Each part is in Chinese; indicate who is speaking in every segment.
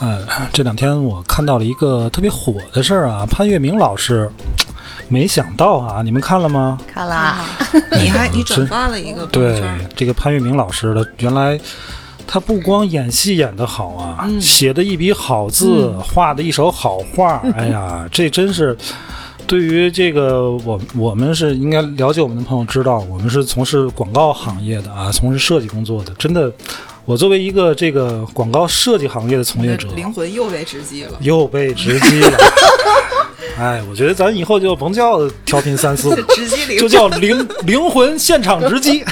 Speaker 1: 呃，这两天我看到了一个特别火的事儿啊，潘粤明老师，没想到啊，你们看了吗？
Speaker 2: 看啊啦，
Speaker 3: 你还你
Speaker 1: 真
Speaker 3: 转发了一个朋友
Speaker 1: 对
Speaker 3: 圈，，
Speaker 1: 这个潘粤明老师的原来。他不光演戏演得好啊，写的一笔好字，画的一手好画，哎呀，这真是对于这个我我们是应该了解我们的朋友知道，我们是从事广告行业的啊，从事设计工作的，真的，我作为一个这个广告设计行业的从
Speaker 3: 你
Speaker 1: 业
Speaker 3: 的
Speaker 1: 者，
Speaker 3: 灵魂又被直击了。
Speaker 1: 又被直击了。哎，我觉得咱以后就甭叫调频三四五，
Speaker 3: 直击灵
Speaker 1: 就叫 灵灵魂现场直击，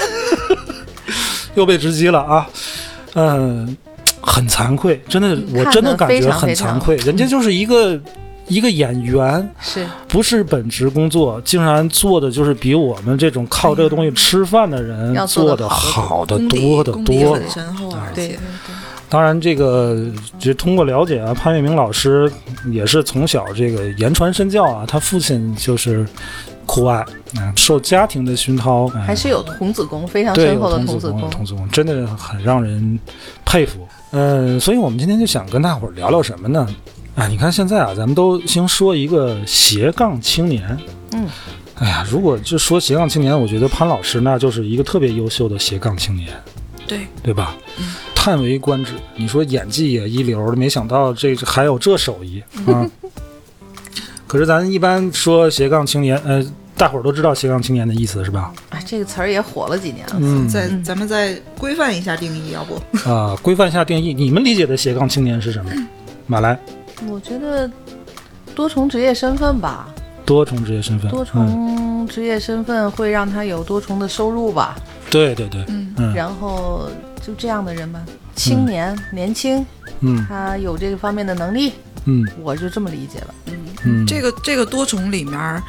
Speaker 1: 又被直击了啊！嗯、很惭愧，真的，我真的感觉很惭愧，人家就是一个一个演员，
Speaker 2: 是
Speaker 1: 不是本职工作，竟然做的就是比我们这种靠这个东西吃饭的人
Speaker 2: 要做
Speaker 1: 做
Speaker 2: 得
Speaker 1: 的好
Speaker 2: 好
Speaker 1: 的
Speaker 3: 功底
Speaker 1: 多的
Speaker 3: 功底
Speaker 1: 多了
Speaker 3: 很。深厚，啊而
Speaker 2: 对
Speaker 3: 且
Speaker 1: 当然，这个就通过了解啊，潘粤明老师也是从小这个言传身教啊，他父亲就是酷爱，嗯、受家庭的熏陶，嗯
Speaker 2: 还是有童子功，非常
Speaker 1: 对
Speaker 2: 深
Speaker 1: 有
Speaker 2: 厚的
Speaker 1: 童
Speaker 2: 子
Speaker 1: 子有
Speaker 2: 功。
Speaker 1: 童子功真的很让人佩服。嗯、所以我们今天就想跟大伙儿聊聊什么呢？啊，你看现在啊，咱们都兴说一个斜杠青年。
Speaker 2: 嗯，
Speaker 1: 哎呀，如果就说斜杠青年，我觉得潘老师那就是一个特别优秀的斜杠青年。
Speaker 3: 对
Speaker 1: 对吧？
Speaker 2: 嗯
Speaker 1: 叹为观止。你说演技也一流的，没想到这这还有这手 艺啊！可是咱一般说斜杠青年，呃，大伙儿都知道斜杠青年的意思是吧？
Speaker 2: 啊，这个词儿也火了几年了。
Speaker 1: 嗯
Speaker 3: 再咱们再规范一下定义，要不
Speaker 1: 啊、规范一下定义，你们理解的斜杠青年是什么？
Speaker 3: 嗯
Speaker 1: 马来
Speaker 2: 我觉得多重职业身份吧，
Speaker 1: 多重职业身份，
Speaker 2: 多
Speaker 1: 嗯，
Speaker 2: 重职业身份会让他有多重的收入吧。
Speaker 1: 对对对，
Speaker 3: 嗯
Speaker 1: 嗯
Speaker 2: 然后就这样的人吧，青年年轻，
Speaker 1: 嗯
Speaker 2: 他有这个方面的能力，
Speaker 1: 嗯
Speaker 2: 我就这么理解了。
Speaker 1: 嗯，
Speaker 3: 这个这个多重里面儿，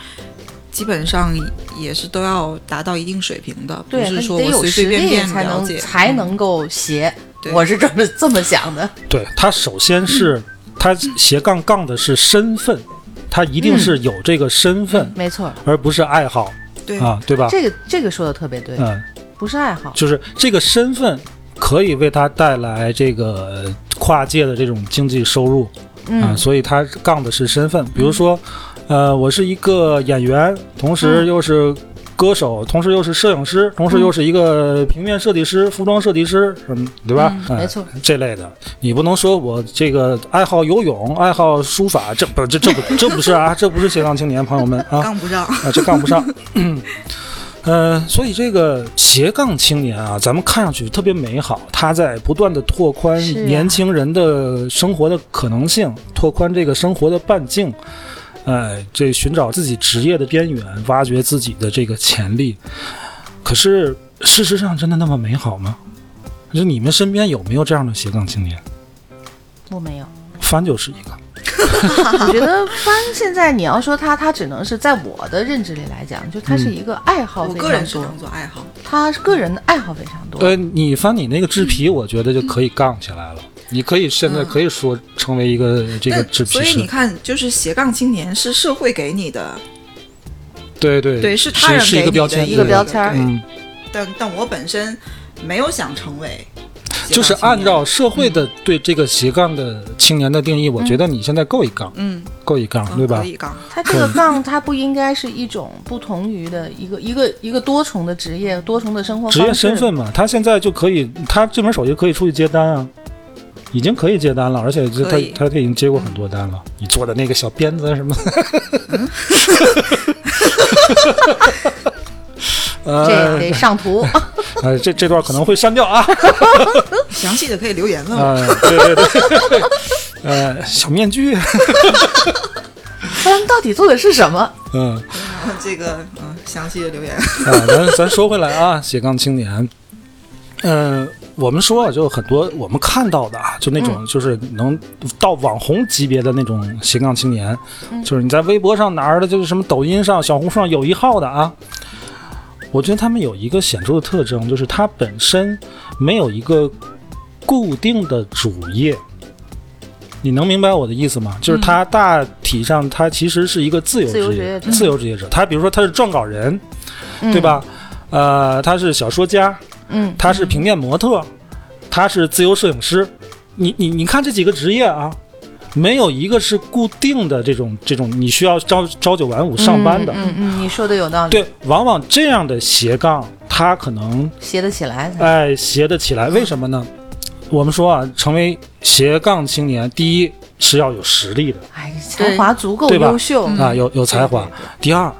Speaker 3: 基本上也是都要达到一定水平的，不
Speaker 2: 对，
Speaker 3: 是
Speaker 2: 那
Speaker 3: 说
Speaker 2: 得
Speaker 3: 我
Speaker 2: 有
Speaker 3: 随
Speaker 2: 实
Speaker 3: 随便
Speaker 2: 力
Speaker 3: 便
Speaker 2: 才
Speaker 3: 了
Speaker 2: 能
Speaker 3: 解
Speaker 2: 才
Speaker 3: 嗯
Speaker 2: 能够斜，
Speaker 3: 对
Speaker 2: 我是这么这么想的。
Speaker 1: 对他首先是
Speaker 3: 嗯
Speaker 1: 他斜杠杠的是身份，他一定是有这个身份，
Speaker 2: 没错，
Speaker 1: 而不是爱好
Speaker 3: 嗯对
Speaker 1: 啊，对吧？
Speaker 2: 这个这个说的特别对，
Speaker 1: 嗯。
Speaker 2: 不是爱好，
Speaker 1: 就是这个身份可以为他带来这个呃跨界的这种经济收入啊、
Speaker 2: 嗯，
Speaker 1: 所以他杠的是身份。比如说，呃，我是一个演员，同
Speaker 2: 嗯
Speaker 1: 时又是歌手，同时又是摄影师，同时又是一个平面设计师、服装设计师，嗯，对吧？嗯
Speaker 2: 没错，
Speaker 1: 这类的，你不能说我这个爱好游泳，爱好书法，这不这这不这不是啊，这不是斜杠青年朋友们啊，
Speaker 3: 杠不上。
Speaker 1: 啊，这杠不上。嗯，呃，所以这个斜杠青年啊，咱们看上去特别美好，他在不断的拓宽
Speaker 2: 是啊
Speaker 1: 年轻人的生活的可能性，拓宽这个生活的半径，呃，这寻找自己职业的边缘，挖掘自己的这个潜力。可是，事实上真的那么美好吗？就你们身边有没有这样的斜杠青年？
Speaker 2: 我没 有。
Speaker 1: 翻就是一个，
Speaker 2: 我觉得帆现在你要说他，他只能是在我的认知里来讲，就他是
Speaker 1: 嗯
Speaker 2: 一个爱好
Speaker 3: 我
Speaker 2: 非
Speaker 3: 个人
Speaker 2: 常
Speaker 3: 是
Speaker 2: 多，
Speaker 3: 当做爱好，
Speaker 2: 他个人的爱好非常多。
Speaker 1: 呃，你翻你那个制皮，我觉得就可以杠起来了。你可以现在可以说成为一个这个
Speaker 3: 但
Speaker 1: 制皮
Speaker 3: 所以
Speaker 1: 师
Speaker 3: 你，看，就是斜杠青年是社会给你的，
Speaker 1: 对对
Speaker 3: 对，是他人
Speaker 1: 是
Speaker 3: 给
Speaker 1: 一个
Speaker 3: 你
Speaker 1: 标
Speaker 3: 的
Speaker 1: 签，
Speaker 3: 一
Speaker 2: 个
Speaker 1: 对
Speaker 2: 标签儿
Speaker 3: 对
Speaker 1: 嗯，
Speaker 3: 但但我本身没有想成为斜杠青年，
Speaker 1: 就是按照社会的对这个斜杠的青年的定义，我觉得你现在够一杠，
Speaker 3: 嗯，
Speaker 1: 够一杠，
Speaker 3: 嗯
Speaker 1: 啊对吧
Speaker 3: 可？以杠，
Speaker 2: 他
Speaker 1: 嗯
Speaker 2: 这个杠，它不应该是一种不同于的一个一个一个多重的职业、多重的生活
Speaker 1: 职
Speaker 2: 方
Speaker 1: 业
Speaker 2: 式
Speaker 1: 身份嘛，他现在就可以，他这门手艺可以出去接单啊，已经可以接单了，而且就他
Speaker 3: 可以
Speaker 1: 他他已经接过很多单了。你做的那个小鞭子什么的，
Speaker 3: 嗯
Speaker 2: 这
Speaker 1: 呃，
Speaker 2: 得上图。
Speaker 1: 呃，这这段可能会删掉啊。
Speaker 3: 详细的可以留言问我。
Speaker 1: 啊、对对对， 呃，小面具，
Speaker 2: 帆到底做的是什么？
Speaker 1: 嗯啊、
Speaker 3: 这个 嗯，详细的留言。
Speaker 1: 啊咱咱说回来啊，斜杠青年，嗯、我们说啊，就很多我们看到的啊，就那
Speaker 2: 嗯
Speaker 1: 种就是能到网红级别的那种斜杠青年，
Speaker 2: 嗯
Speaker 1: 就是你在微博上哪儿的，就是什么抖音上、小红书上有一号的啊。我觉得他们有一个显著的特征，就是他本身没有一个固定的主业。你能明白我的意思吗？就是他大体上，他其实是一个自由
Speaker 2: 嗯自由
Speaker 1: 职
Speaker 2: 职业者
Speaker 1: 自由职业者。他比如说他是撰稿人，对吧？呃，他是小说家，
Speaker 2: 嗯，
Speaker 1: 他是平面模特，他是自由摄影师。你你你看这几个职业啊，没有一个是固定的这种这种你需要朝朝九晚五上班的。
Speaker 2: 嗯嗯嗯，你说的有道理，，
Speaker 1: 对，往往这样的斜杠，他可能
Speaker 2: 写得起来才。
Speaker 1: 哎斜得起来，为什么呢？我们说啊，成为斜杠青年，第一是要有实力的
Speaker 2: 哎，才华足够
Speaker 1: 对吧
Speaker 2: 优秀，
Speaker 3: 嗯
Speaker 1: 啊，有有才华；第二，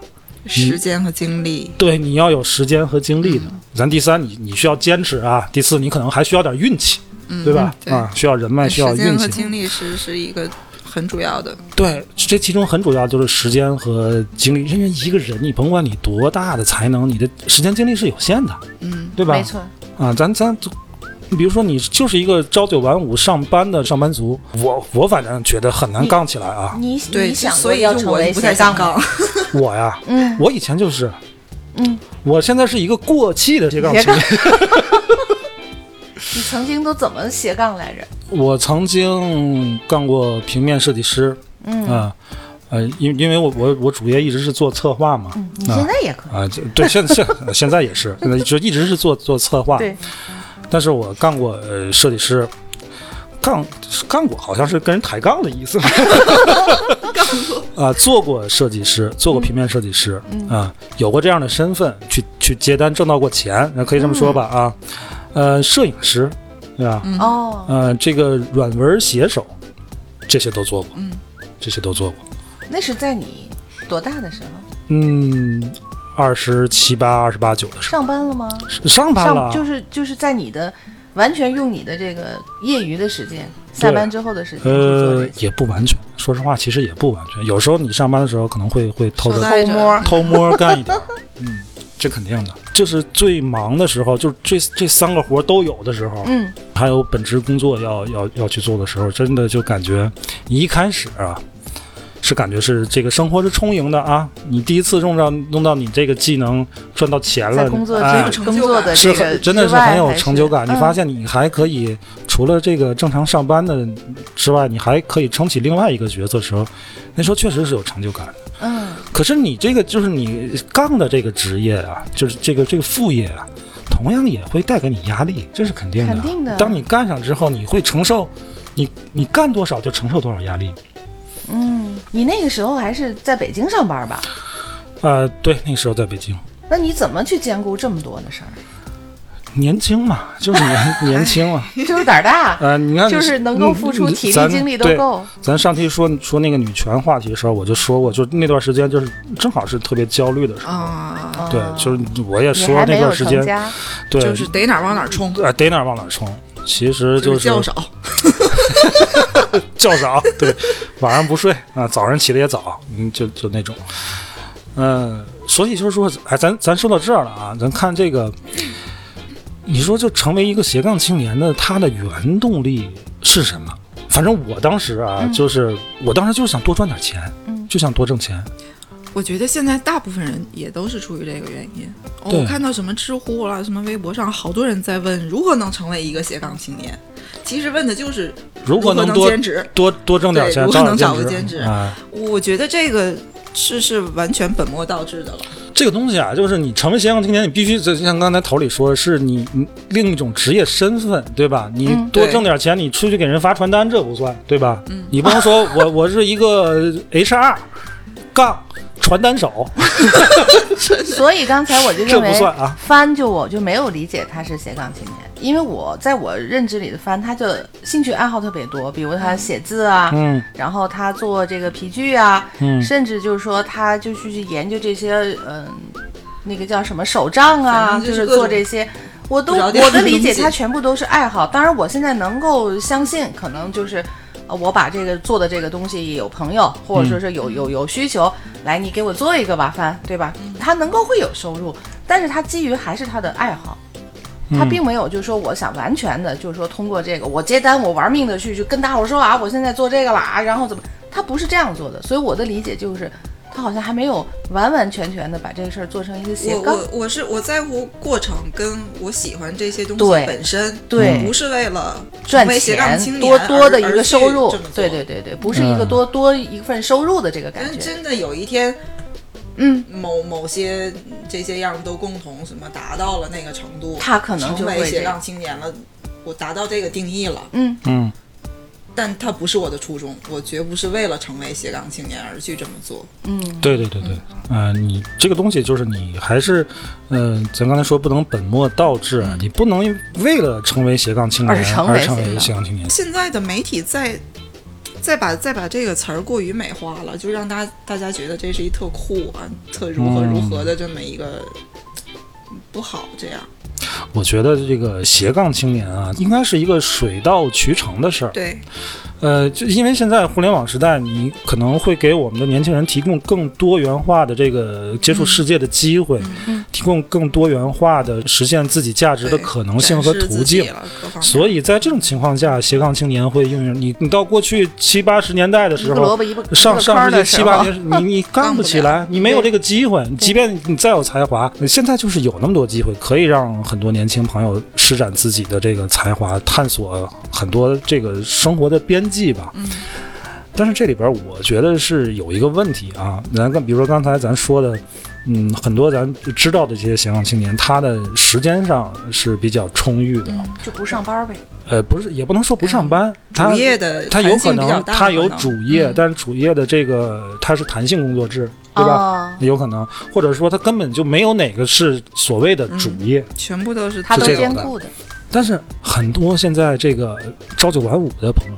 Speaker 3: 时间和精力，
Speaker 1: 对你要有时间和精力的；
Speaker 3: 嗯
Speaker 1: 咱第三，你你需要坚持啊；第四，你可能还需要点运气，
Speaker 3: 嗯，
Speaker 1: 对吧？
Speaker 3: 对，
Speaker 1: 啊，需要人脉，需要
Speaker 3: 时间
Speaker 1: 运
Speaker 3: 和
Speaker 1: 气。
Speaker 3: 精力是是一个很主要的，
Speaker 1: 对，这其中很主要就是时间和精力，因为一个人你甭管你多大的才能，你的时间精力是有限的，
Speaker 3: 嗯，
Speaker 1: 对吧
Speaker 2: 没？错，
Speaker 1: 啊，咱咱就。比如说，你就是一个朝九晚五上班的上班族，我我反正觉得很难
Speaker 2: 你
Speaker 1: 杠起来啊。
Speaker 2: 你
Speaker 3: 对，
Speaker 2: 你想
Speaker 3: 所
Speaker 2: 过
Speaker 3: 以
Speaker 2: 要
Speaker 3: 就
Speaker 2: 成
Speaker 3: 我
Speaker 2: 为
Speaker 3: 不太
Speaker 2: 斜
Speaker 3: 想
Speaker 2: 杠
Speaker 3: 杠
Speaker 2: 吗？，
Speaker 1: 我呀，
Speaker 2: 嗯
Speaker 1: 我以前就是，
Speaker 2: 嗯，
Speaker 1: 我现在是一个过气的斜杠青年。
Speaker 2: 你曾经都怎么斜杠来着？
Speaker 1: 我曾经干过平面设计师，嗯啊，呃，因因为我我我主业一直是做策划嘛，
Speaker 2: 你现在也可以，
Speaker 1: 啊，就对，现现现在也是，现在就一直是做做策划，
Speaker 2: 对，
Speaker 1: 但是我干过呃设计师，干干过好像是跟人抬杠的意 思，干过啊、做过设计师，做过平面设计师啊、有过这样的身份去去接单挣到过钱，那可以这么说吧、啊，呃，摄影师对吧？
Speaker 3: 嗯
Speaker 2: 哦，
Speaker 1: 呃，这个软文写手这些都做过，这些都做过，
Speaker 2: 那是在你多大的时候？
Speaker 1: 嗯，二十七八、二十八九的时
Speaker 2: 上班了吗？
Speaker 1: 候上班了
Speaker 2: 上
Speaker 1: 啊，
Speaker 2: 就是就是在你的完全用你的这个业余的时间，下班之后的时间去做
Speaker 1: 呃
Speaker 2: 这，些。
Speaker 1: 也不完全。说实话，其实也不完全。有时候你上班的时候可能会会偷
Speaker 3: 受
Speaker 1: 着
Speaker 3: 害
Speaker 2: 偷
Speaker 3: 者
Speaker 2: 摸
Speaker 1: 偷摸干 一点儿，嗯，这肯定的。就是最忙的时候，就是这这三个活都有的时候，
Speaker 2: 嗯，
Speaker 1: 还有本职工作要要要去做的时候，真的就感觉你一开始啊，是感觉是这个生活是充盈的啊，你第一次用到用到你这个技能赚到钱了，
Speaker 2: 在工作
Speaker 1: 哎
Speaker 2: 这
Speaker 3: 这
Speaker 2: 个
Speaker 3: 个
Speaker 2: 工作的
Speaker 1: 是
Speaker 2: 这个
Speaker 1: 很真的
Speaker 2: 之
Speaker 1: 是
Speaker 2: 外
Speaker 1: 很有
Speaker 2: 还
Speaker 1: 成就感。你
Speaker 2: 嗯
Speaker 1: 发现你还可以除了这个正常上班的之外，你还可以撑起另外一个角色的时候，那时候确实是有成就感的。
Speaker 2: 嗯，
Speaker 1: 可是你这个就是你杠的这个职业啊，就是这个这个副业啊，同样也会带给你压力，这是肯定的。
Speaker 2: 肯定的
Speaker 1: 当你干上之后，你会承受，你你干多少就承受多少压力。
Speaker 2: 嗯，你那个时候还是在北京上班吧？
Speaker 1: 呃，对，那个时候在北京，
Speaker 2: 那你怎么去兼顾这么多的事儿？
Speaker 1: 年轻嘛，就是年年轻嘛。
Speaker 2: 就是胆儿大，
Speaker 1: 呃，你看，
Speaker 2: 就是能够付出
Speaker 1: 嗯
Speaker 2: 体力
Speaker 1: 咱
Speaker 2: 精力都
Speaker 1: 对
Speaker 2: 够。
Speaker 1: 咱上期说说那个女权话题的时候，我就说过，就那段时间就是正好是特别焦虑的时候。
Speaker 3: 啊，
Speaker 1: 对，
Speaker 2: 嗯
Speaker 1: 就是我也
Speaker 2: 你
Speaker 1: 说
Speaker 2: 还
Speaker 1: 那
Speaker 2: 没有
Speaker 1: 段时
Speaker 2: 成
Speaker 1: 间，
Speaker 2: 家，
Speaker 1: 对，
Speaker 3: 就是逮哪儿往哪儿冲，
Speaker 1: 啊，逮哪儿往哪儿冲。其实
Speaker 3: 就
Speaker 1: 就是是
Speaker 3: 较少，
Speaker 1: 较早，啊对，晚上不睡啊，早上起的也早，嗯，就就那种，嗯、所以就是说，哎，咱咱说到这儿了啊，咱看这个，你说就成为一个斜杠青年的，他的原动力是什么？反正我当时啊，
Speaker 3: 嗯
Speaker 1: 就是我当时就是想多赚点钱，
Speaker 2: 嗯
Speaker 1: 就想多挣钱，
Speaker 3: 我觉得现在大部分人也都是出于这个原因。哦
Speaker 1: 对
Speaker 3: 我看到什么知乎啊啦，什么微博上，好多人在问如何能成为一个斜杠青年。其实问的就是
Speaker 1: 如果
Speaker 3: 能
Speaker 1: 能多
Speaker 3: 兼职。
Speaker 1: 多多挣点
Speaker 3: 对
Speaker 1: 钱，
Speaker 3: 如果能
Speaker 1: 找
Speaker 3: 找
Speaker 1: 点
Speaker 3: 个
Speaker 1: 兼
Speaker 3: 兼职
Speaker 1: 啊、
Speaker 3: 我觉得这个是是完全本末倒置的了。
Speaker 1: 这个东西啊，就是你成为斜杠青年，你必须就像刚才桃李说的，是你你另一种职业身份，对吧？你
Speaker 2: 嗯
Speaker 1: 多
Speaker 3: 对
Speaker 1: 挣点钱，你出去给人发传单，这不算，对吧？
Speaker 3: 嗯
Speaker 1: 你不能说我 我是一个 HR 杠传单 手，
Speaker 2: 所以刚才我就
Speaker 1: 这
Speaker 2: 认
Speaker 1: 不
Speaker 2: 为
Speaker 1: 算啊。
Speaker 2: 帆就我就没有理解他是斜杠青年，因为我在我认知里的帆，他就兴趣爱好特别多，比如他写字啊，
Speaker 1: 嗯
Speaker 2: 然后他做这个皮具啊，
Speaker 1: 嗯，
Speaker 2: 甚至就是说他就去研究这些嗯、那个叫什么手账啊，
Speaker 3: 反
Speaker 2: 就
Speaker 3: 正就是是各
Speaker 2: 做
Speaker 3: 种
Speaker 2: 这些。我都
Speaker 3: 不着调
Speaker 2: 我的
Speaker 3: 的
Speaker 2: 理解，
Speaker 3: 东西
Speaker 2: 他全部都是爱好。当然，我现在能够相信，可能就是。呃我把这个做的这个东西有朋友，或者说是有有有需求，来你给我
Speaker 3: 嗯
Speaker 2: 做一个吧，饭对吧？他能够会有收入，但是他基于还是他的爱好，
Speaker 3: 嗯
Speaker 2: 他并没有就是说我想完全的，就是说通过这个我接单，我玩命的去去跟大伙儿说啊，我现在做这个了啊，然后怎么？他不是这样做的，所以我的理解就是，他好像还没有完完全全的把这个事儿做成一个斜
Speaker 3: 我
Speaker 2: 杠。
Speaker 3: 我我是我在乎过程，跟我喜欢这些东西
Speaker 2: 对
Speaker 3: 本身，
Speaker 2: 对
Speaker 3: 不是为了
Speaker 2: 赚
Speaker 3: 成为斜杠
Speaker 2: 钱
Speaker 3: 青
Speaker 2: 多
Speaker 3: 年
Speaker 2: 多的一
Speaker 3: 而
Speaker 2: 个收入
Speaker 3: 而去这么，做
Speaker 2: 对对对对，不是一个
Speaker 1: 嗯
Speaker 2: 多多一份收入的这个感
Speaker 3: 但
Speaker 2: 觉。
Speaker 3: 真的有一天，
Speaker 2: 嗯，
Speaker 3: 某某些这些样都共同什么达到了那个程度，
Speaker 2: 他可能
Speaker 3: 成
Speaker 2: 就
Speaker 3: 为
Speaker 2: 会这
Speaker 3: 斜
Speaker 2: 样。
Speaker 3: 杠青年了，我达到这个定义了，
Speaker 2: 嗯，
Speaker 1: 嗯
Speaker 3: 但它不是我的初衷，我绝不是为了成为斜杠青年而去这么做。
Speaker 1: 对对对对，呃，你这个东西就是你还是，嗯、咱刚才说不能本末倒置，啊，你不能为了成为斜杠青年
Speaker 2: 而成为
Speaker 1: 而成
Speaker 2: 斜杠
Speaker 1: 为斜杠青年。
Speaker 3: 现在的媒体在再把再把这个词儿过于美化了，就让大大家觉得这是一特酷啊、特如何
Speaker 1: 嗯
Speaker 3: 如何的这么一个、不好这样。
Speaker 1: 我觉得这个斜杠青年啊，应该是一个水到渠成的事儿。
Speaker 3: 对，
Speaker 1: 呃，就因为现在互联网时代，你可能会给我们的年轻人提供更多元化的这个接触世界的机会，提供更多元化的实现自己价值的
Speaker 3: 对
Speaker 1: 可能性和
Speaker 3: 展示
Speaker 1: 途
Speaker 3: 自己
Speaker 1: 径。
Speaker 3: 了，各方面
Speaker 1: 所以在这种情况下，斜杠青年会应用你。你到过去七八十年代的
Speaker 2: 一
Speaker 1: 时
Speaker 2: 个
Speaker 1: 候
Speaker 2: 萝，卜一个一
Speaker 1: 上
Speaker 2: 个
Speaker 1: 上
Speaker 2: 坑
Speaker 1: 世
Speaker 2: 的
Speaker 1: 纪七
Speaker 2: 时
Speaker 1: 八
Speaker 2: 候
Speaker 1: 年，你你干
Speaker 3: 干
Speaker 1: 不
Speaker 3: 不
Speaker 1: 起
Speaker 3: 了
Speaker 1: 来，你没有这个机会。即便你再有才华，现在就是有那么多机会，可以让很多年轻朋友施展自己的这个才华，探索很多这个生活的边际吧。
Speaker 3: 嗯
Speaker 1: 但是这里边儿我觉得是有一个问题啊，咱跟比如说刚才咱说的，嗯，很多咱知道的这些斜杠青年，他的时间上是比较充裕的，
Speaker 2: 就不上班呗。
Speaker 1: 呃，不是也不能说不上班，他
Speaker 3: 嗯主业的
Speaker 1: 他有
Speaker 3: 弹性
Speaker 1: 可
Speaker 3: 比较
Speaker 1: 能
Speaker 3: 大
Speaker 1: 他有
Speaker 3: 可能嗯
Speaker 1: 主业，但是主业的这个他是弹性工作制，对
Speaker 3: 哦
Speaker 1: 吧？
Speaker 2: 啊，
Speaker 1: 有可能，或者说他根本就没有哪个是所谓的主业，
Speaker 3: 全部都是
Speaker 2: 他都
Speaker 1: 这种
Speaker 2: 兼
Speaker 1: 的
Speaker 2: 顾的。
Speaker 1: 但是很多现在这个朝九晚五的朋友，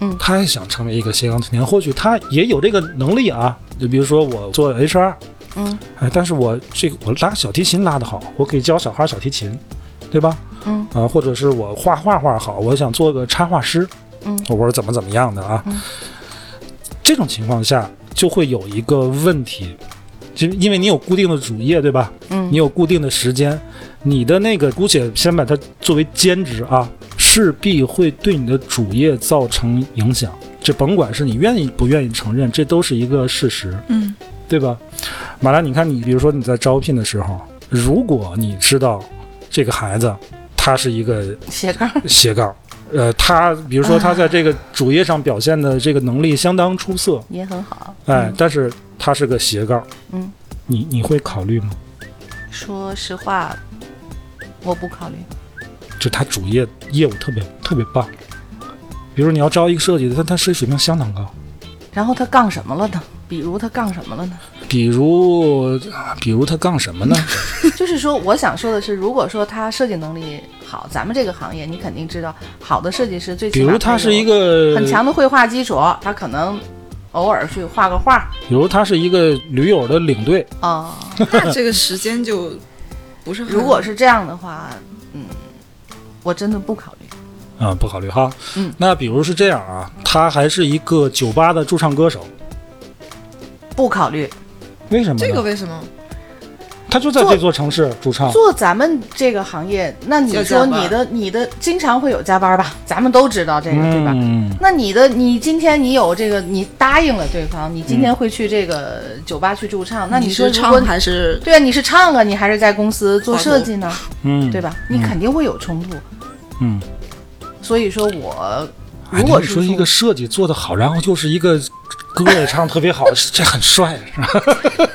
Speaker 2: 嗯
Speaker 1: 他也想成为一个斜杠青年，或许他也有这个能力啊。就比如说我做 HR，
Speaker 2: 嗯
Speaker 1: 哎，但是我这个我拉小提琴拉得好，我可以教小孩小提琴，对吧？
Speaker 2: 嗯
Speaker 1: 啊，或者是我画画画好，我想做个插画师，
Speaker 2: 嗯
Speaker 1: 我说怎么怎么样的啊。
Speaker 2: 嗯
Speaker 1: 这种情况下就会有一个问题，就因为你有固定的主业，对吧？你
Speaker 2: 嗯
Speaker 1: 有固定的时间，你的那个姑且先把它作为兼职啊，势必会对你的主业造成影响。这甭管是你愿意不愿意承认，这都是一个事实，
Speaker 3: 嗯，
Speaker 1: 对吧？马兰，你看你，比如说你在招聘的时候，如果你知道这个孩子他是一个
Speaker 2: 斜杠。
Speaker 1: 斜杠，呃，他比如说他在这
Speaker 2: 啊
Speaker 1: 个主业上表现的这个能力相当出色，
Speaker 2: 也很好。
Speaker 1: 哎，但是他是个斜杠，
Speaker 2: 嗯，
Speaker 1: 你你会考虑吗？
Speaker 2: 说实话，我不考虑。
Speaker 1: 就他主业业务特别特别棒。比如你要招一个设计的，他他设计水平相当高。
Speaker 2: 然后他杠什么了呢？比如他杠什么了呢？
Speaker 1: 比如，啊比如他干什么呢？
Speaker 2: 就是说，我想说的是，如果说他设计能力好，咱们这个行业你肯定知道，好的设计师最
Speaker 1: 比
Speaker 2: 起码
Speaker 1: 如他是一个
Speaker 2: 有很，强的绘画基础，他可能偶尔去画个画
Speaker 1: 比如他是一个驴友的领队，
Speaker 2: 啊、
Speaker 3: 那这个时间就不是很
Speaker 2: 如果是这样的话，嗯，我真的不考虑。
Speaker 1: 啊、不考虑哈。
Speaker 2: 嗯，
Speaker 1: 那比如是这样啊，他还是一个酒吧的驻唱歌手，
Speaker 2: 不考虑
Speaker 1: 为什么呢？
Speaker 3: 这个为什么？
Speaker 1: 他就在这座城市驻唱，
Speaker 2: 做咱们这个行业，那你
Speaker 3: 要加
Speaker 2: 说
Speaker 3: 班
Speaker 2: 你的你的经常会有加班吧？咱们都知道这个，对吧？
Speaker 1: 嗯，
Speaker 2: 那你的你今天你有这个，你答应了对方，你今天会去这个酒吧去驻唱，那
Speaker 3: 嗯你
Speaker 2: 说
Speaker 3: 是
Speaker 2: 如果
Speaker 3: 唱还是
Speaker 2: 对啊，你是唱啊，你还是在公司做设计呢，
Speaker 1: 嗯，
Speaker 2: 对吧？你肯定会有冲突，
Speaker 1: 嗯，
Speaker 2: 所以说我
Speaker 1: 哎，
Speaker 2: 如果
Speaker 1: 你
Speaker 2: 是
Speaker 1: 说一个设计做得好，然后就是一个歌也唱得特别好，这很 帅，是吧？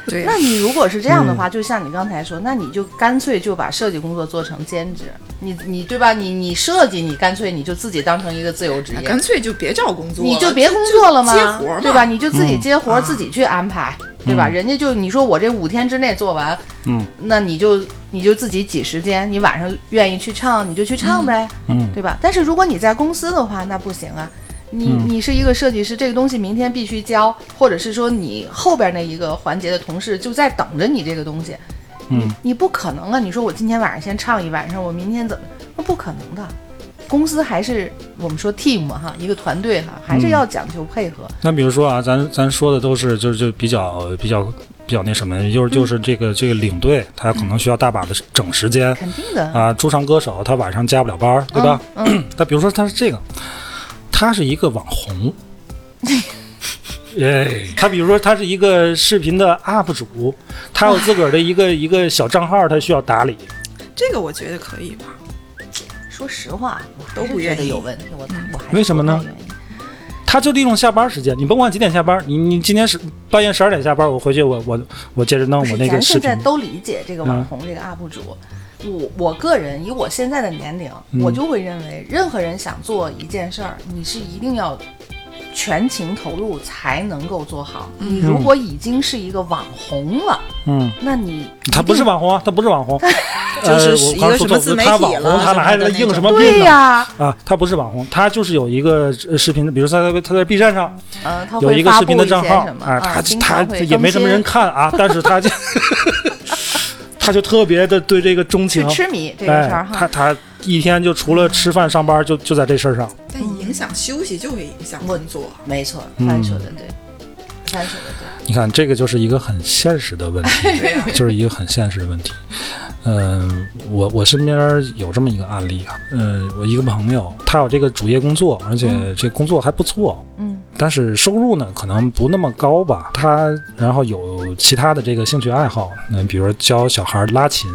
Speaker 3: 对呀
Speaker 2: 那你如果是这样
Speaker 3: 嗯
Speaker 2: 的话，就像你刚才说，那你就干脆就把设计工作做成兼职，你你对吧？你你设计，你干脆你就自己当成一个自由职
Speaker 3: 那
Speaker 2: 业
Speaker 3: 干。脆就别找工作了，
Speaker 2: 你就别工作了
Speaker 3: 就
Speaker 2: 嘛，
Speaker 3: 接活嘛
Speaker 2: 对吧？？你就自己
Speaker 1: 嗯
Speaker 2: 接活，
Speaker 1: 啊
Speaker 2: 自己去安排，对吧？人家就你说我这五天之内做完，
Speaker 1: 嗯，
Speaker 2: 那你就你就自己挤时间，你晚上愿意去唱你就去唱呗，
Speaker 1: 嗯
Speaker 2: 对吧？但是如果你在公司的话，那不行啊。你
Speaker 1: 嗯
Speaker 2: 你是一个设计师，这个东西明天必须交，或者是说你后边那一个环节的同事就在等着你这个东西，
Speaker 1: 嗯，
Speaker 2: 你不可能啊！你说我今天晚上先唱一晚上，我明天怎么？那不可能的。公司还是我们说 team 哈，一个团
Speaker 1: 嗯
Speaker 2: 队哈，还是要讲究配合。
Speaker 1: 那比如说啊，咱咱说的都是就是就比较比较比较那什么，就是就是这个这个领队他可能需要大把的整时间，
Speaker 2: 肯定的，
Speaker 1: 啊，驻唱歌手他晚上加不了班儿，对吧？ 他比如说他是这个，他是一个网 红，哎，他比如说他是一个视频的 UP 主，他有自个儿的一个一个小账号，他需要打理。
Speaker 3: 这个我觉得可以吧。
Speaker 2: 说实话，我还
Speaker 3: 都
Speaker 2: 是
Speaker 3: 不
Speaker 2: 觉
Speaker 3: 愿
Speaker 2: 得
Speaker 3: 意嗯
Speaker 2: 有问题，我我还是
Speaker 1: 为什么
Speaker 2: 不太
Speaker 1: 呢
Speaker 2: 愿意？
Speaker 1: 他就利用下班时间，你甭管几点下班，你你今天是半夜十二点下班，我回去我我我接着弄
Speaker 2: 不
Speaker 1: 我
Speaker 2: 是，
Speaker 1: 那个
Speaker 2: 咱
Speaker 1: 视
Speaker 2: 现在
Speaker 1: 频。
Speaker 2: 都理解这个网
Speaker 1: 嗯
Speaker 2: 红、这个 UP 主。我我个人以我现在的年龄，
Speaker 1: 嗯
Speaker 2: 我就会认为，任何人想做一件事儿，你是一定要全情投入才能够做好。
Speaker 3: 嗯
Speaker 2: 你如果已经是一个网红了，
Speaker 1: 嗯，
Speaker 2: 那你
Speaker 1: 他不是网红啊，他不是网 红，
Speaker 3: 就是
Speaker 1: 呃
Speaker 3: 是
Speaker 1: 我
Speaker 3: 一
Speaker 1: 刚
Speaker 3: 个
Speaker 1: 说
Speaker 3: 什么
Speaker 1: 错
Speaker 3: 自媒
Speaker 1: 他
Speaker 3: 体
Speaker 1: 网
Speaker 3: 了
Speaker 1: 红，他哪还
Speaker 3: 什么的那
Speaker 1: 硬
Speaker 3: 种
Speaker 1: 什么病
Speaker 2: 对
Speaker 1: 呢？
Speaker 2: 呀、
Speaker 1: 啊，他不是网红，他就是有一个呃视频，比如说他在他在 B 站上
Speaker 2: 呃，他
Speaker 1: 有
Speaker 2: 会
Speaker 1: 一个
Speaker 2: 发
Speaker 1: 视频
Speaker 2: 布
Speaker 1: 的
Speaker 2: 一些
Speaker 1: 账号
Speaker 2: 什么
Speaker 1: 啊，他
Speaker 2: 经
Speaker 1: 他
Speaker 2: 常会
Speaker 1: 也没什么人
Speaker 2: 更
Speaker 1: 看 啊，但是他就 他就特别的对这个钟
Speaker 2: 新
Speaker 1: 情
Speaker 2: 去，痴迷这个事儿
Speaker 1: 哎，他
Speaker 2: 哈。
Speaker 1: 他一天就除了吃饭上班就就在这事儿上，
Speaker 3: 但
Speaker 2: 嗯
Speaker 3: 影响休息就会影响工作。
Speaker 2: 没错，
Speaker 1: 嗯
Speaker 2: 范说的对，范说的对。
Speaker 1: 你看这个就是一个很现实的问 题，就是一个很现实的问题。嗯、我我身边有这么一个案例啊，嗯、我一个朋友，他有这个主业工作，而且这工作还不错，
Speaker 2: 嗯
Speaker 1: 但是收入呢可能不那么高吧。他然后有其他的这个兴趣爱好，那比如教小孩拉琴，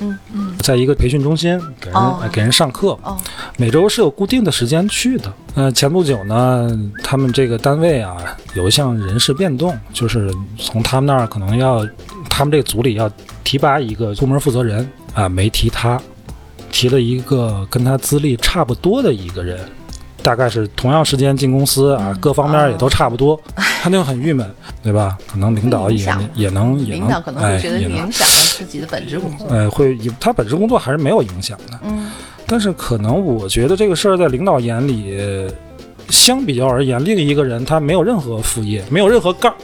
Speaker 2: 嗯
Speaker 1: 嗯，在一个培训中心给人、
Speaker 2: 哦
Speaker 1: 给人上课，
Speaker 2: 哦，
Speaker 1: 每周是有固定的时间去的。呃，前不久呢，他们这个单位啊有一项人事变动，就是从他们那儿可能要，他们这个组里要提拔一个部门负责人啊，没提他，提了一个跟他资历差不多的一个人。大概是同样时间进公司啊，各方面也都差不多，他就很郁闷，对吧？可能领导
Speaker 2: 会影
Speaker 1: 也
Speaker 2: 响
Speaker 1: 也能也
Speaker 2: 领导
Speaker 1: 能
Speaker 2: 可能
Speaker 1: 哎
Speaker 2: 会觉得
Speaker 1: 也能
Speaker 2: 影响了自己的本职工作。
Speaker 1: 呃，会他本职工作还是没有影响的，
Speaker 2: 嗯
Speaker 1: 但是可能我觉得这个事儿在领导眼里，呃相比较而言，另一个人他没有任何副业，没有任何杠，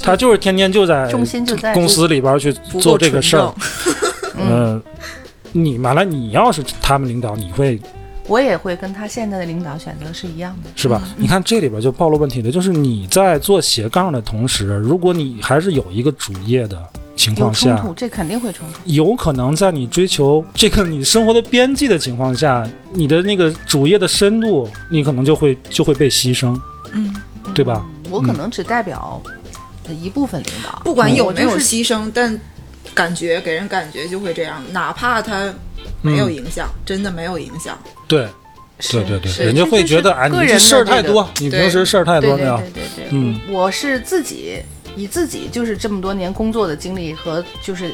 Speaker 1: 他就是天天就在
Speaker 2: 重心就在
Speaker 1: 哎公司里边儿去
Speaker 3: 不
Speaker 1: 做
Speaker 3: 够
Speaker 1: 这个
Speaker 3: 纯
Speaker 1: 事儿
Speaker 3: 正。，
Speaker 2: 嗯，
Speaker 1: 嗯，你完了，你要是他们领导，你会
Speaker 2: 我也会跟他现在的领导选择是一样的。
Speaker 1: 是吧？你看这里边就暴露问题了，就是你在做斜杠的同时，如果你还是有一个主业的情
Speaker 2: 有
Speaker 1: 况
Speaker 2: 冲
Speaker 1: 下
Speaker 2: 突，，这肯定会冲突。
Speaker 1: 有可能在你追求这个你生活的边际的情况下，你的那个主业的深度，你可能就会就会被牺牲，
Speaker 3: 嗯，
Speaker 1: 对吧？
Speaker 2: 我
Speaker 1: 嗯
Speaker 2: 可能只代表一部分领导，嗯
Speaker 3: 不管有
Speaker 2: 我
Speaker 3: 没
Speaker 2: 就
Speaker 3: 有
Speaker 2: 是
Speaker 3: 牺牲，但感觉给人感觉就会这样，哪怕他没有影响，真的没有影响。
Speaker 1: 嗯对，对
Speaker 2: 是
Speaker 1: 对对，
Speaker 2: 是
Speaker 1: 人家
Speaker 2: 这
Speaker 1: 会
Speaker 2: 就
Speaker 1: 觉
Speaker 2: 是
Speaker 1: 得哎，你
Speaker 2: 个人
Speaker 1: 这
Speaker 2: 的
Speaker 1: 事儿
Speaker 2: 这
Speaker 1: 太
Speaker 2: 个
Speaker 1: 多，你平时事儿太
Speaker 2: 对
Speaker 1: 多
Speaker 2: 对
Speaker 1: 那样
Speaker 2: 对。对对，
Speaker 1: 嗯
Speaker 2: 我是自己以自己就是这么多年工作的经历和就是。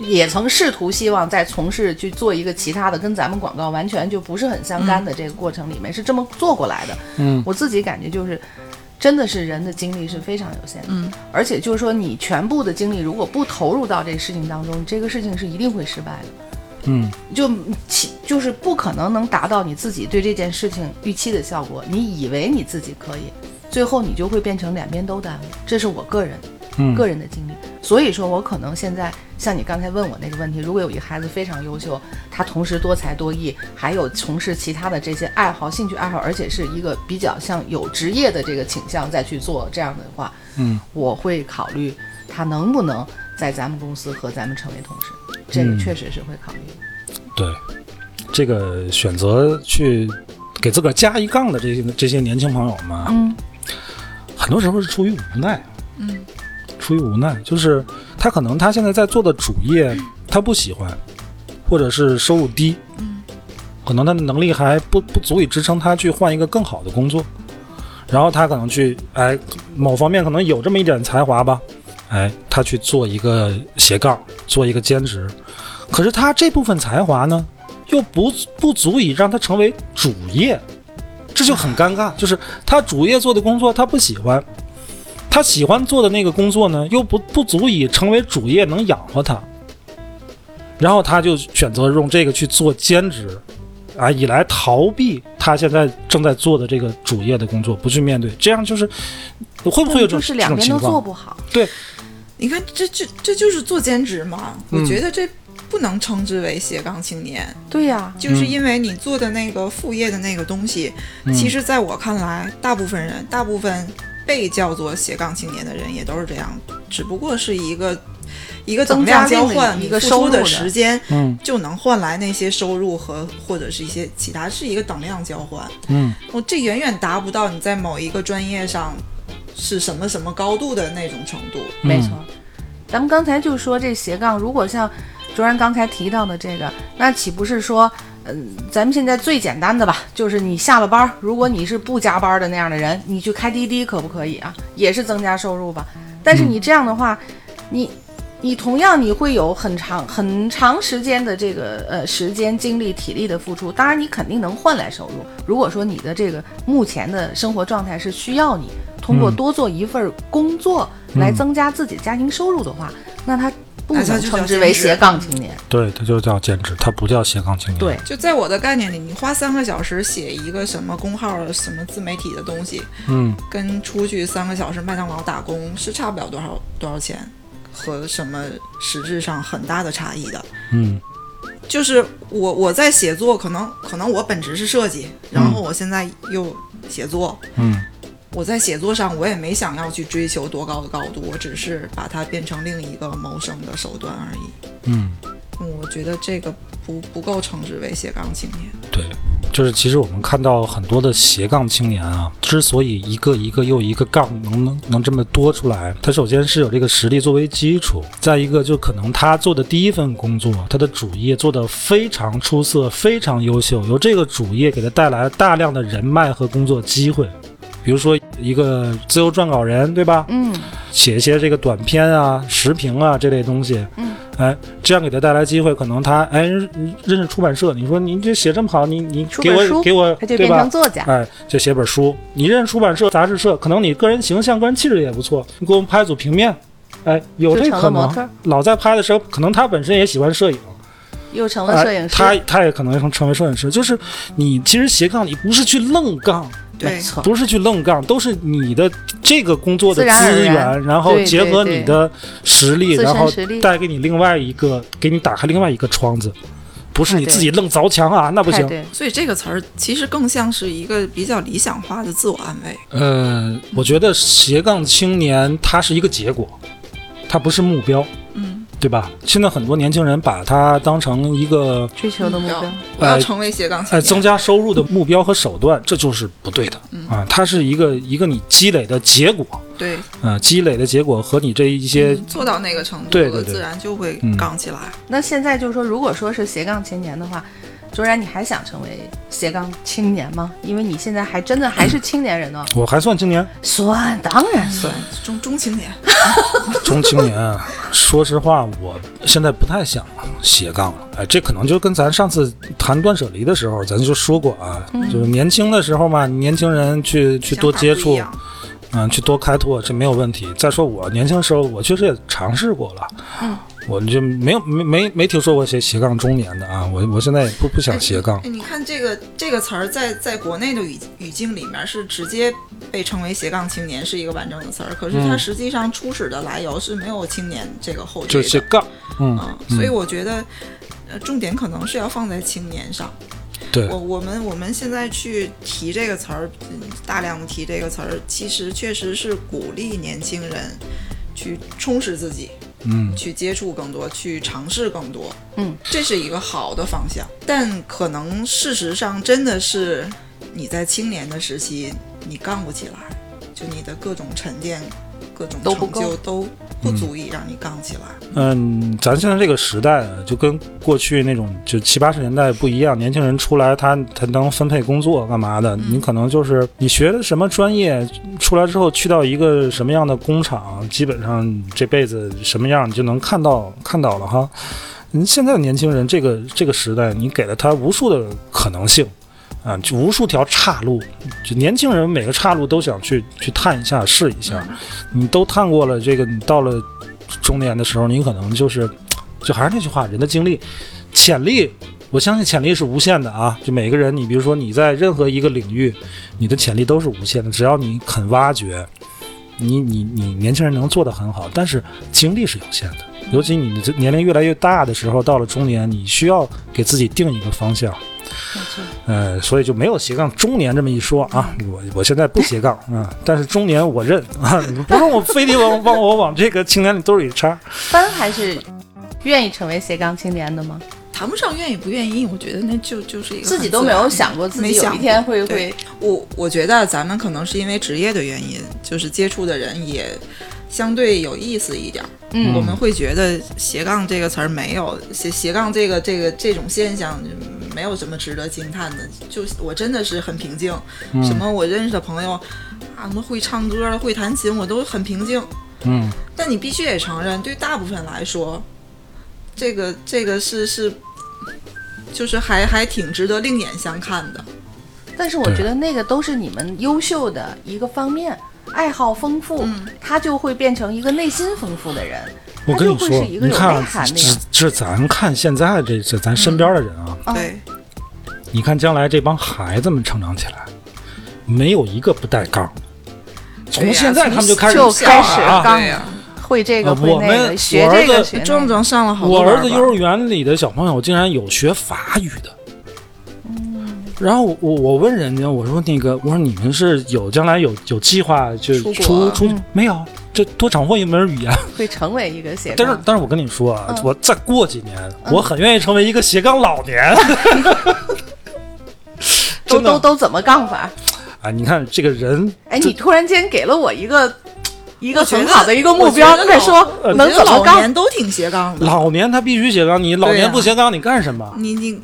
Speaker 2: 也曾试图希望在从事去做一个其他的跟咱们广告完全就不是很相干的这个过程里面、是这么做过来的。
Speaker 1: 嗯，
Speaker 2: 我自己感觉就是，真的是人的精力是非常有限的。嗯，而且就是说你全部的精力如果不投入到这个事情当中，这个事情是一定会失败的。
Speaker 1: 嗯，
Speaker 2: 就其就是不可能能达到你自己对这件事情预期的效果。你以为你自己可以，最后你就会变成两边都耽误。这是我个人，
Speaker 1: 嗯
Speaker 2: 个人的经历。所以说我可能现在像你刚才问我那个问题，如果有一个孩子非常优秀，他同时多才多艺，还有从事其他的这些爱好、兴趣爱好，而且是一个比较像有职业的这个倾向再去做这样的话，
Speaker 1: 嗯，
Speaker 2: 我会考虑他能不能在咱们公司和咱们成为同事。这个
Speaker 1: 嗯
Speaker 2: 确实是会考虑的。
Speaker 1: 对，这个选择去给自个儿加一杠的这些这些年轻朋友们，
Speaker 2: 嗯，
Speaker 1: 很多时候是出于无奈，嗯，出于无奈，就是他可能他现在在做的主业他不喜欢，或者是收入低，嗯，可能他的能力还不不足以支撑他去换一个更好的工作，然后他可能去哎某方面可能有这么一点才华吧，哎，他去做一个斜杠，做一个兼职，可是他这部分才华呢，又不不足以让他成为主业，这就很尴尬。就是他主业做的工作他不喜欢，他喜欢做的那个工作呢，又不不足以成为主业能养活他，然后他就选择用这个去做兼职。啊，以来逃避他现在正在做的这个主业的工作，不去面对，这样就是会不会有这种
Speaker 2: 嗯就是两
Speaker 1: 这种
Speaker 2: 边
Speaker 1: 情
Speaker 2: 都
Speaker 1: 况？
Speaker 2: 做不好，
Speaker 3: 你看，这这这就是做兼职嘛？
Speaker 1: 嗯
Speaker 3: 我觉得这不能称之为斜杠青年，
Speaker 2: 对呀、
Speaker 3: 就是因为你
Speaker 2: 嗯
Speaker 3: 做的那个副业的那个东西，其实在我看来，大部分人，大部分被叫做斜杠青年的人也都是这样，只不过是一个一个
Speaker 2: 增
Speaker 3: 等
Speaker 2: 加
Speaker 3: 价交
Speaker 2: 另
Speaker 3: 换，
Speaker 2: 一
Speaker 3: 你
Speaker 2: 个
Speaker 3: 付
Speaker 2: 收
Speaker 3: 出
Speaker 2: 入
Speaker 3: 的
Speaker 2: 的
Speaker 3: 时间
Speaker 1: 嗯
Speaker 3: 就能换来那些收入和或者是一些其他，是一个等量交换。
Speaker 1: 嗯
Speaker 3: 我这远远达不到你在某一个专业上是什么什么高度的那种程度。
Speaker 1: 嗯
Speaker 2: 没错。咱们刚才就说这斜杠，如果像卓然刚才提到的这个，那岂不是说，嗯，咱们现在最简单的吧，就是你下了班儿，如果你是不加班儿的那样的人，你去开滴滴可不可以啊？也是增加收入吧。但
Speaker 1: 嗯
Speaker 2: 是你这样的话，你。你同样你会有很长很长时间的这个呃时间、精力、体力的付出，当然你肯定能换来收入。如果说你的这个目前的生活状态是需要你通过
Speaker 1: 嗯
Speaker 2: 多做一份儿工作来
Speaker 1: 嗯
Speaker 2: 增加自己家庭收入的话，那他不
Speaker 3: 那
Speaker 2: 能
Speaker 3: 他就叫
Speaker 2: 称之
Speaker 3: 兼
Speaker 2: 为
Speaker 3: 职
Speaker 2: 斜杠青年。
Speaker 1: 对，它就叫兼职，它不叫斜杠青年。
Speaker 2: 对，
Speaker 3: 就在我的概念里，你花三个小时写一个什么公号、什么自媒体的东西，
Speaker 1: 嗯，
Speaker 3: 跟出去三个小时麦当劳打工是差不了多少多少钱，和什么实质上很大的差异的。
Speaker 1: 嗯
Speaker 3: 就是我我在写作，可能可能我本职是设计，然后我现在又写作，
Speaker 1: 嗯
Speaker 3: 我在写作上我也没想要去追求多高的高度，我只是把它变成另一个谋生的手段而已。
Speaker 1: 嗯，
Speaker 3: 嗯我觉得这个不不够称之为斜杠青年。
Speaker 1: 对，就是其实我们看到很多的斜杠青年啊，之所以一个一个又一个杠能能能这么多出来，他首先是有这个实力作为基础，再一个就可能他做的第一份工作，他的主业做得非常出色，非常优秀，由这个主业给他带来大量的人脉和工作机会。比如说一个自由撰稿人，对吧？
Speaker 2: 嗯，
Speaker 1: 写一些这个短篇啊、时评啊这类东西，
Speaker 2: 嗯，
Speaker 1: 哎，这样给他带来机会，可能他哎认认识出版社，你说你这写这么好，你你
Speaker 2: 出
Speaker 1: 给
Speaker 2: 本书
Speaker 1: 我给我
Speaker 2: 他就
Speaker 1: 对
Speaker 2: 变
Speaker 1: 吧
Speaker 2: 成？作家。
Speaker 1: 哎，就写本书，你认识出版社、杂志社，可能你个人形象、个人气质也不错，你给我们拍组平面，哎，有
Speaker 2: 就
Speaker 1: 这
Speaker 2: 成
Speaker 1: 可
Speaker 2: 了模特
Speaker 1: 能
Speaker 2: 儿。
Speaker 1: 老在拍的时候，可能他本身也喜欢摄影，
Speaker 2: 又成了摄影师，
Speaker 1: 哎、他他也可能成为摄影师。就是你其实斜杠，你不是去愣杠，
Speaker 3: 对
Speaker 2: 没，错，
Speaker 1: 不是去愣杠，都是你的这个工作的
Speaker 2: 自然而
Speaker 1: 资源，
Speaker 2: 然
Speaker 1: 后
Speaker 2: 对
Speaker 1: 结合
Speaker 2: 对
Speaker 1: 你的实力，
Speaker 2: 自身
Speaker 1: 然后
Speaker 2: 实力
Speaker 1: 带给你另外一个，给你打开另外一个窗子，不是
Speaker 2: 哎
Speaker 1: 你
Speaker 2: 对
Speaker 1: 自己愣凿墙啊，那不
Speaker 2: 太
Speaker 1: 行。
Speaker 2: 哎对，
Speaker 3: 所以这个词儿其实更像是一个比较理想化的自我安慰。
Speaker 1: 呃，我觉得斜杠青年它是一个结果，它不是目标，
Speaker 3: 嗯，
Speaker 1: 对吧？现在很多年轻人把它当成一个
Speaker 2: 追求嗯的目标，哎
Speaker 3: 我嗯要
Speaker 1: 呃
Speaker 3: 成为斜杠青
Speaker 1: 呃增
Speaker 3: 年。
Speaker 1: 加收入的目标和手段，这就是不对的
Speaker 2: 嗯
Speaker 1: 啊！它是一个一个你积累的结果，
Speaker 3: 对，
Speaker 1: 啊，积累的结果和你这一
Speaker 2: 嗯
Speaker 1: 些
Speaker 3: 做到那个程度
Speaker 1: 对对
Speaker 3: 了，
Speaker 1: 对
Speaker 3: 自然就会
Speaker 1: 嗯
Speaker 3: 杠起来。
Speaker 2: 那现在就是说，如果说是斜杠青年的话，卓然，你还想成为斜杠青年吗？因为你现在还真的还是青年人哦呢、
Speaker 1: 我还算青年，
Speaker 2: 算，当然算。
Speaker 3: 嗯中中青年，
Speaker 1: 中青年 啊，说实话，我现在不太想斜杠了。哎，这可能就跟咱上次谈断舍离的时候，咱就说过啊，
Speaker 3: 嗯
Speaker 1: 就是年轻的时候嘛，年轻人去去
Speaker 3: 想
Speaker 1: 多
Speaker 3: 法
Speaker 1: 接
Speaker 3: 不一
Speaker 1: 触，
Speaker 3: 样
Speaker 1: 嗯，去多开拓，这没有问题。再说我年轻的时候，我确实也尝试过了，
Speaker 2: 嗯
Speaker 1: 我就没有没没没听说过斜斜杠中年的啊。我我现在也不不想斜杠
Speaker 3: 哎，你看这个这个词儿在在国内的语语境里面是直接被称为斜杠青年，是一个完整的词儿。可是它
Speaker 1: 嗯
Speaker 3: 实际上初始的来由是没有青年这个后
Speaker 1: 就
Speaker 3: 缀
Speaker 1: 斜
Speaker 3: 的。
Speaker 1: 杠，嗯，
Speaker 3: 嗯，所以我觉得，呃，重点可能是要放在青年上。
Speaker 1: 对
Speaker 3: 我，我们我们现在去提这个词儿，嗯大量的提这个词儿，其实确实是鼓励年轻人去充实自己，
Speaker 1: 嗯
Speaker 3: 去接触更多，去尝试更多，
Speaker 2: 嗯，
Speaker 3: 这是一个好的方向。但可能事实上真的是你在青年的时期，你杠不起来，就你的各种沉淀、各种
Speaker 2: 都不
Speaker 3: 成
Speaker 2: 够嗯
Speaker 3: 就都不足以让你杠起来。
Speaker 1: 嗯，咱现在这个时代啊就跟过去那种就七八十年代不一样，年轻人出来他他能分配工作干嘛的？你可能就是你学的什么专业，出来之后去到一个什么样的工厂，基本上这辈子什么样你就能看到看到了哈。你现在的年轻人这个这个时代，你给了他无数的可能性。啊，就无数条岔路，就年轻人每个岔路都想去去探一下、试一下，你都探过了，这个你到了中年的时候，你可能就是，就还是那句话，人的精力、潜力，我相信潜力是无限的啊。就每个人，你比如说你在任何一个领域，你的潜力都是无限的，只要你肯挖掘，你你你年轻人能做得很好，但是精力是有限的。尤其你这年龄越来越大的时候，到了中年，你需要给自己定一个方向，呃，所以就没有斜杠中年这么一说啊。我我现在不斜杠，嗯，但是中年我认啊，你们不用我非得往往我往这个青年里兜里插。
Speaker 2: 帆还是愿意成为斜杠青年的吗？
Speaker 3: 谈不上愿意不愿意，我觉得那就就是一个
Speaker 2: 自己
Speaker 3: 很
Speaker 2: 都
Speaker 3: 自
Speaker 2: 没有
Speaker 3: 然
Speaker 2: 想过自
Speaker 3: 没
Speaker 2: 己有
Speaker 3: 想
Speaker 2: 一天
Speaker 3: 过
Speaker 2: 会
Speaker 3: 对
Speaker 2: 会
Speaker 3: 我我觉得咱们可能是因为职业的原因，就是接触的人也相对有意思一点儿。
Speaker 2: 嗯
Speaker 3: 我们会觉得斜杠这个词儿没有斜斜杠这个这个这种现象嗯没有什么值得惊叹的。就是我真的是很平静，什么我认识的朋友啊，什么会唱歌了、会弹琴，我都很平静。
Speaker 1: 嗯，
Speaker 3: 但你必须也承认，对大部分来说，这个这个是是，就是还还挺值得另眼相看的。
Speaker 2: 但是我
Speaker 1: 对
Speaker 2: 觉得那个都是你们优秀的一个方面，爱好丰富，他就会变成一个内心丰富的人，
Speaker 1: 我跟
Speaker 2: 他就
Speaker 1: 你说
Speaker 2: 会是一，个
Speaker 1: 你
Speaker 2: 有
Speaker 1: 看
Speaker 2: 内
Speaker 1: 啊
Speaker 2: 涵，的
Speaker 1: 这
Speaker 2: 呀。
Speaker 1: 这咱看现在这这咱身边的人啊，
Speaker 2: 啊
Speaker 3: 对，
Speaker 2: 嗯
Speaker 1: 你看将来这帮孩子们成长起来，没有一个不带杠。
Speaker 3: 对
Speaker 1: 从
Speaker 3: 呀
Speaker 1: 现在他们就开始
Speaker 2: 就
Speaker 1: 杠了
Speaker 2: 开始
Speaker 1: 啊！
Speaker 2: 杠
Speaker 3: 对
Speaker 2: 了
Speaker 3: 呀，
Speaker 2: 会这个
Speaker 1: 啊
Speaker 2: 会
Speaker 1: 我
Speaker 2: 那
Speaker 1: 们
Speaker 2: 个，学
Speaker 1: 我儿
Speaker 2: 这个
Speaker 1: 子
Speaker 2: 学
Speaker 3: 壮
Speaker 2: 那个。
Speaker 3: 壮上了好多
Speaker 1: 我
Speaker 3: 班
Speaker 1: 儿
Speaker 3: 儿
Speaker 1: 子
Speaker 3: 吧
Speaker 1: 幼儿园里的小朋友竟然有学法语的。
Speaker 2: 嗯
Speaker 1: 然后我我我问人家，我说那个，我说你们是有将来有有计划就
Speaker 3: 出
Speaker 1: 出
Speaker 3: 国
Speaker 1: 出
Speaker 2: 嗯
Speaker 1: 没有？这多掌握一门语言。
Speaker 2: 会成为一个斜
Speaker 1: 但是
Speaker 2: 杠。
Speaker 1: 但是我跟你说啊
Speaker 2: 嗯，
Speaker 1: 我再过几年，我很愿意成为一个斜杠老年。
Speaker 2: 都
Speaker 1: 真的
Speaker 2: 都都怎么杠法？
Speaker 1: 啊，你看这个人
Speaker 2: 哎，你突然间给了我一个一个
Speaker 3: 我觉
Speaker 2: 很
Speaker 3: 得
Speaker 2: 好的一个目标，
Speaker 3: 我觉得
Speaker 2: 你得说
Speaker 3: 老我
Speaker 2: 能
Speaker 3: 觉得
Speaker 2: 怎么
Speaker 3: 老
Speaker 2: 杠？
Speaker 3: 年都挺斜杠的。
Speaker 1: 老年他必须斜杠，你老
Speaker 3: 对
Speaker 1: 年
Speaker 3: 呀
Speaker 1: 不斜杠你干什 么
Speaker 3: 你你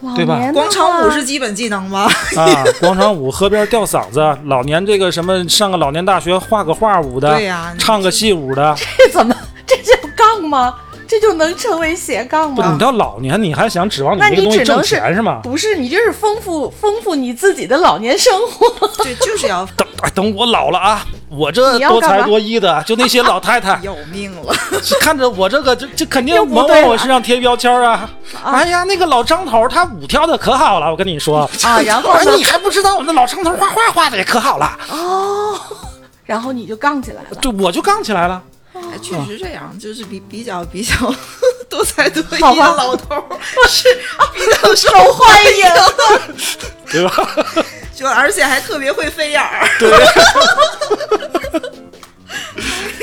Speaker 2: 老
Speaker 1: 对吧
Speaker 2: 年的
Speaker 3: 广场舞
Speaker 2: 话
Speaker 3: 是基本技能吧？
Speaker 1: 啊？广场舞、河边吊嗓子，老年这个什么上个老年大学画个画舞的，
Speaker 3: 对呀你
Speaker 1: 唱个戏舞的，
Speaker 2: 这怎么 这叫杠吗？这就能成为斜杠
Speaker 1: 不，
Speaker 2: 吗
Speaker 1: 你？到老年你还想指望你
Speaker 2: 那
Speaker 1: 这个
Speaker 2: 你
Speaker 1: 东西
Speaker 2: 只
Speaker 1: 挣
Speaker 2: 能是
Speaker 1: 钱是吗？
Speaker 2: 不是，你这是丰富丰富你自己的老年生活。
Speaker 3: 对，就是要
Speaker 1: 等哎等我老了啊，我这
Speaker 2: 你要
Speaker 1: 多
Speaker 2: 干
Speaker 1: 才
Speaker 2: 嘛
Speaker 1: 多艺的，就那些老 太太
Speaker 3: 要命了。
Speaker 1: 看着我这个，这这肯定
Speaker 2: 又不
Speaker 1: 猛
Speaker 2: 对
Speaker 1: 往我
Speaker 2: 了
Speaker 1: 身上贴标签啊！
Speaker 2: 啊
Speaker 1: 哎呀，那个老张头他舞跳的可好了，我跟你说
Speaker 2: 啊然后呢
Speaker 1: 哎你还不知道，那老张头画画画的也可好了，
Speaker 2: 哦，然后你就杠起来 了。
Speaker 1: 对，我就杠起来了。
Speaker 3: 哎确实这样，就是比比较比较 多才多艺
Speaker 2: 好
Speaker 3: 的
Speaker 2: 吧
Speaker 3: 老头 儿是比较受
Speaker 2: 欢迎，
Speaker 1: 对吧？
Speaker 3: 就而且还特别会飞眼儿。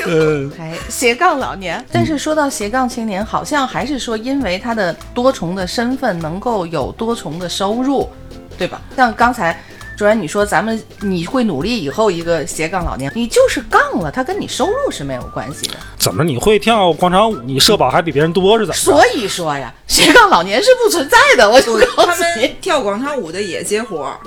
Speaker 1: 嗯，
Speaker 2: 哎，斜杠老年。 但是说到斜杠青年，好像还是说因为他的多重的身份能够有多重的收入，对吧？像刚才卓然你说，咱们你会努力以后一个斜杠老年，你就是杠了，他跟你收入是没有关系的。
Speaker 1: 怎么你会跳广场舞，你社保还比别人多是怎么着？
Speaker 2: 所以说呀，斜杠老年是不存在的，我就告
Speaker 3: 他
Speaker 2: 诉你
Speaker 3: 们。跳广场舞的也接活儿，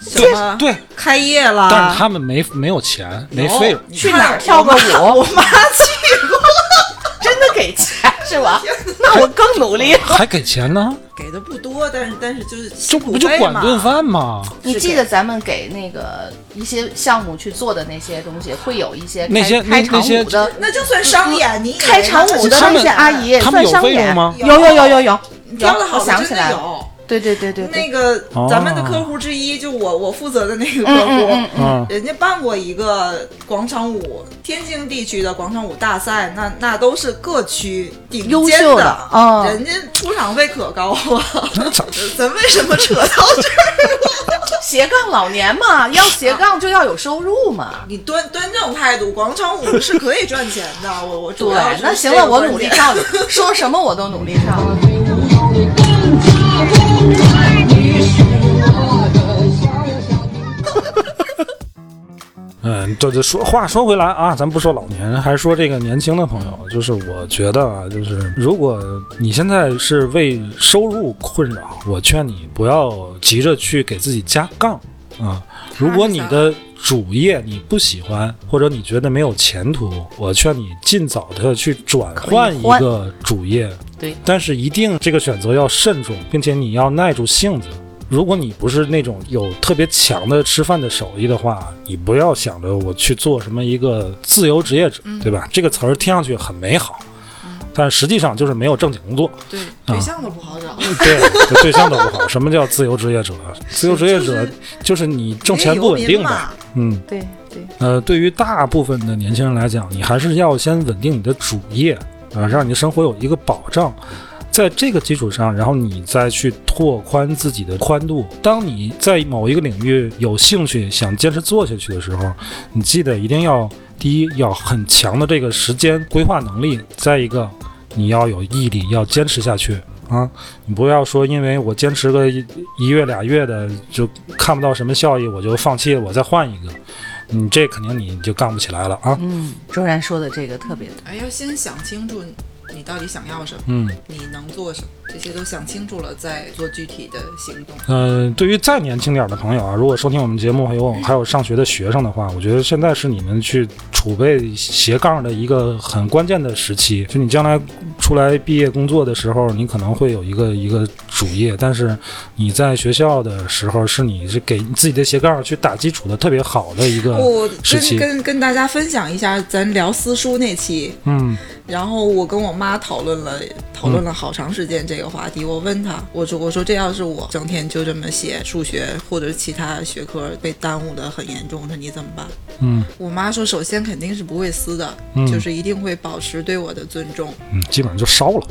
Speaker 3: 什么
Speaker 1: 对，
Speaker 3: 开业了，
Speaker 1: 但是他们没没有钱，没费用。
Speaker 3: 你
Speaker 2: 去
Speaker 3: 看
Speaker 2: 哪儿跳个
Speaker 3: 我妈
Speaker 2: 舞
Speaker 3: 我妈去过，
Speaker 2: 真的给钱是 吧？那我更努力。
Speaker 1: 还给钱呢，
Speaker 3: 给的不多，但是但是就是
Speaker 1: 这
Speaker 3: 辛苦
Speaker 1: 不就
Speaker 3: 费
Speaker 1: 管
Speaker 3: 嘛
Speaker 1: 顿饭吗？
Speaker 2: 你记得咱们给那个一些项目去做的那些东西，会有一些
Speaker 1: 那些那
Speaker 2: 开开场
Speaker 1: 那些
Speaker 2: 舞的
Speaker 3: 那就算商演，你以为
Speaker 2: 开场舞的
Speaker 1: 他
Speaker 2: 那
Speaker 1: 们
Speaker 2: 些阿姨，
Speaker 1: 他们
Speaker 2: 算
Speaker 1: 有
Speaker 2: 商
Speaker 1: 费用
Speaker 2: 演
Speaker 1: 吗
Speaker 2: 有有有有有，
Speaker 3: 你
Speaker 2: 有
Speaker 3: 跳的好
Speaker 2: 我
Speaker 3: 的
Speaker 2: 想
Speaker 3: 真
Speaker 2: 起
Speaker 3: 的
Speaker 2: 来了，
Speaker 3: 有。
Speaker 2: 对对对对
Speaker 3: 那
Speaker 2: 对，
Speaker 3: 个
Speaker 1: 哦
Speaker 3: 咱们的客户之一，就我我负责的那个客户，
Speaker 2: 嗯嗯
Speaker 1: 嗯，
Speaker 3: 人家办过一个广场舞，天津地区的广场舞大赛，那那都是各区顶
Speaker 2: 优
Speaker 3: 尖
Speaker 2: 秀的嗯
Speaker 3: 人家出场费可 高了。
Speaker 1: 那咋
Speaker 3: 咱为什么扯到这儿？
Speaker 2: 斜杠老年嘛，要斜杠就要有收入嘛。
Speaker 3: 你端端正态度，广场舞是可以赚钱 的。我我
Speaker 2: 对
Speaker 3: 主要，是
Speaker 2: 那行
Speaker 3: 这
Speaker 2: 了，
Speaker 3: 个
Speaker 2: 我
Speaker 3: 观
Speaker 2: 努力
Speaker 3: 点
Speaker 2: 跳，说什么我都努力跳。
Speaker 1: 嗯，这就说话说回来啊，咱不说老年，还说这个年轻的朋友，就是我觉得啊，就是如果你现在是为收入困扰，我劝你不要急着去给自己加杠啊。如果你的主业你不喜欢，或者你觉得没有前途，我劝你尽早的去转换一
Speaker 2: 可以换
Speaker 1: 个主业。
Speaker 2: 对，
Speaker 1: 但是一定这个选择要慎重，并且你要耐住性子。如果你不是那种有特别强的吃饭的手艺的话，你不要想着我去做什么一个自由职业者，对吧？这个词儿听上去很美好，但实际上就是没有正经工作，
Speaker 3: 对
Speaker 1: 啊
Speaker 3: 对象都不好找。
Speaker 1: 对，这对象都不好。什么叫自由职业者？自由职业者就是你挣钱不稳
Speaker 3: 因为
Speaker 1: 定
Speaker 3: 游民
Speaker 1: 呗，
Speaker 3: 嘛，
Speaker 1: 嗯。
Speaker 2: 对对，
Speaker 1: 呃，对于大部分的啊年轻人来讲，你还是要先稳定你的主业，呃，让你的生活有一个保障，在这个基础上，然后你再去拓宽自己的宽度。当你在某一个领域有兴趣、想坚持做下去的时候，你记得一定要第一要很强的这个时间规划能力，再一个你要有毅力，要坚持下去。啊，你不要说因为我坚持个一一月俩月的就看不到什么效益，我就放弃，我再换一个，你这肯定你就干不起来了啊。
Speaker 2: 嗯，周然说的这个特别对，
Speaker 3: 哎，要先想清楚你到底想要什么，
Speaker 1: 嗯，
Speaker 3: 你能做什么，这些都想清楚了再做具体的行动。
Speaker 1: 呃，对于再年轻点儿的朋友啊，如果收听我们节目还有还有上学的学生的话，我觉得现在是你们去储备斜杠的一个很关键的时期。就你将来出来毕业工作的时候，你可能会有一个一个主业，但是你在学校的时候，是你是给自己的斜杠去打基础的特别好的一个
Speaker 3: 哦我
Speaker 1: 时期
Speaker 3: 跟。跟跟大家分享一下，咱聊私塾那期，
Speaker 1: 嗯
Speaker 3: 然后我跟我妈讨论了讨论了好长时间这个话题。我问她，我说我说这要是我整天就这么写数学或者其他学科被耽误的很严重，我说你怎么办？
Speaker 1: 嗯
Speaker 3: 我妈说，首先肯定是不会撕的，
Speaker 1: 嗯
Speaker 3: 就是一定会保持对我的尊重。
Speaker 1: 嗯，基本上就烧了。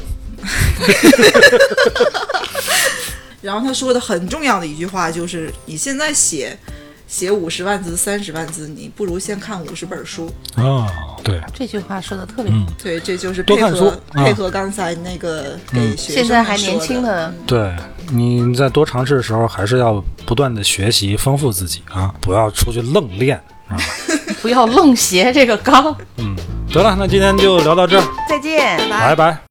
Speaker 3: 然后他说的很重要的一句话就是：你现在写写五十万字、三十万字，你不如先看五十本书。
Speaker 1: 啊、对，
Speaker 2: 这句话说的特别好。
Speaker 1: 嗯
Speaker 3: 对，这就是
Speaker 1: 多
Speaker 3: 配
Speaker 1: 看
Speaker 3: 合、
Speaker 1: 书啊嗯
Speaker 3: 配合刚才那个给学生、
Speaker 2: 现在还年轻
Speaker 3: 的，
Speaker 2: 的，
Speaker 1: 对，你在多尝试的时候，还是要不断的学习，丰富自己啊，不要出去愣练啊。
Speaker 2: 不要愣斜这个缸。
Speaker 1: 得了，那今天就聊到这儿，
Speaker 2: 再见，
Speaker 1: 拜拜。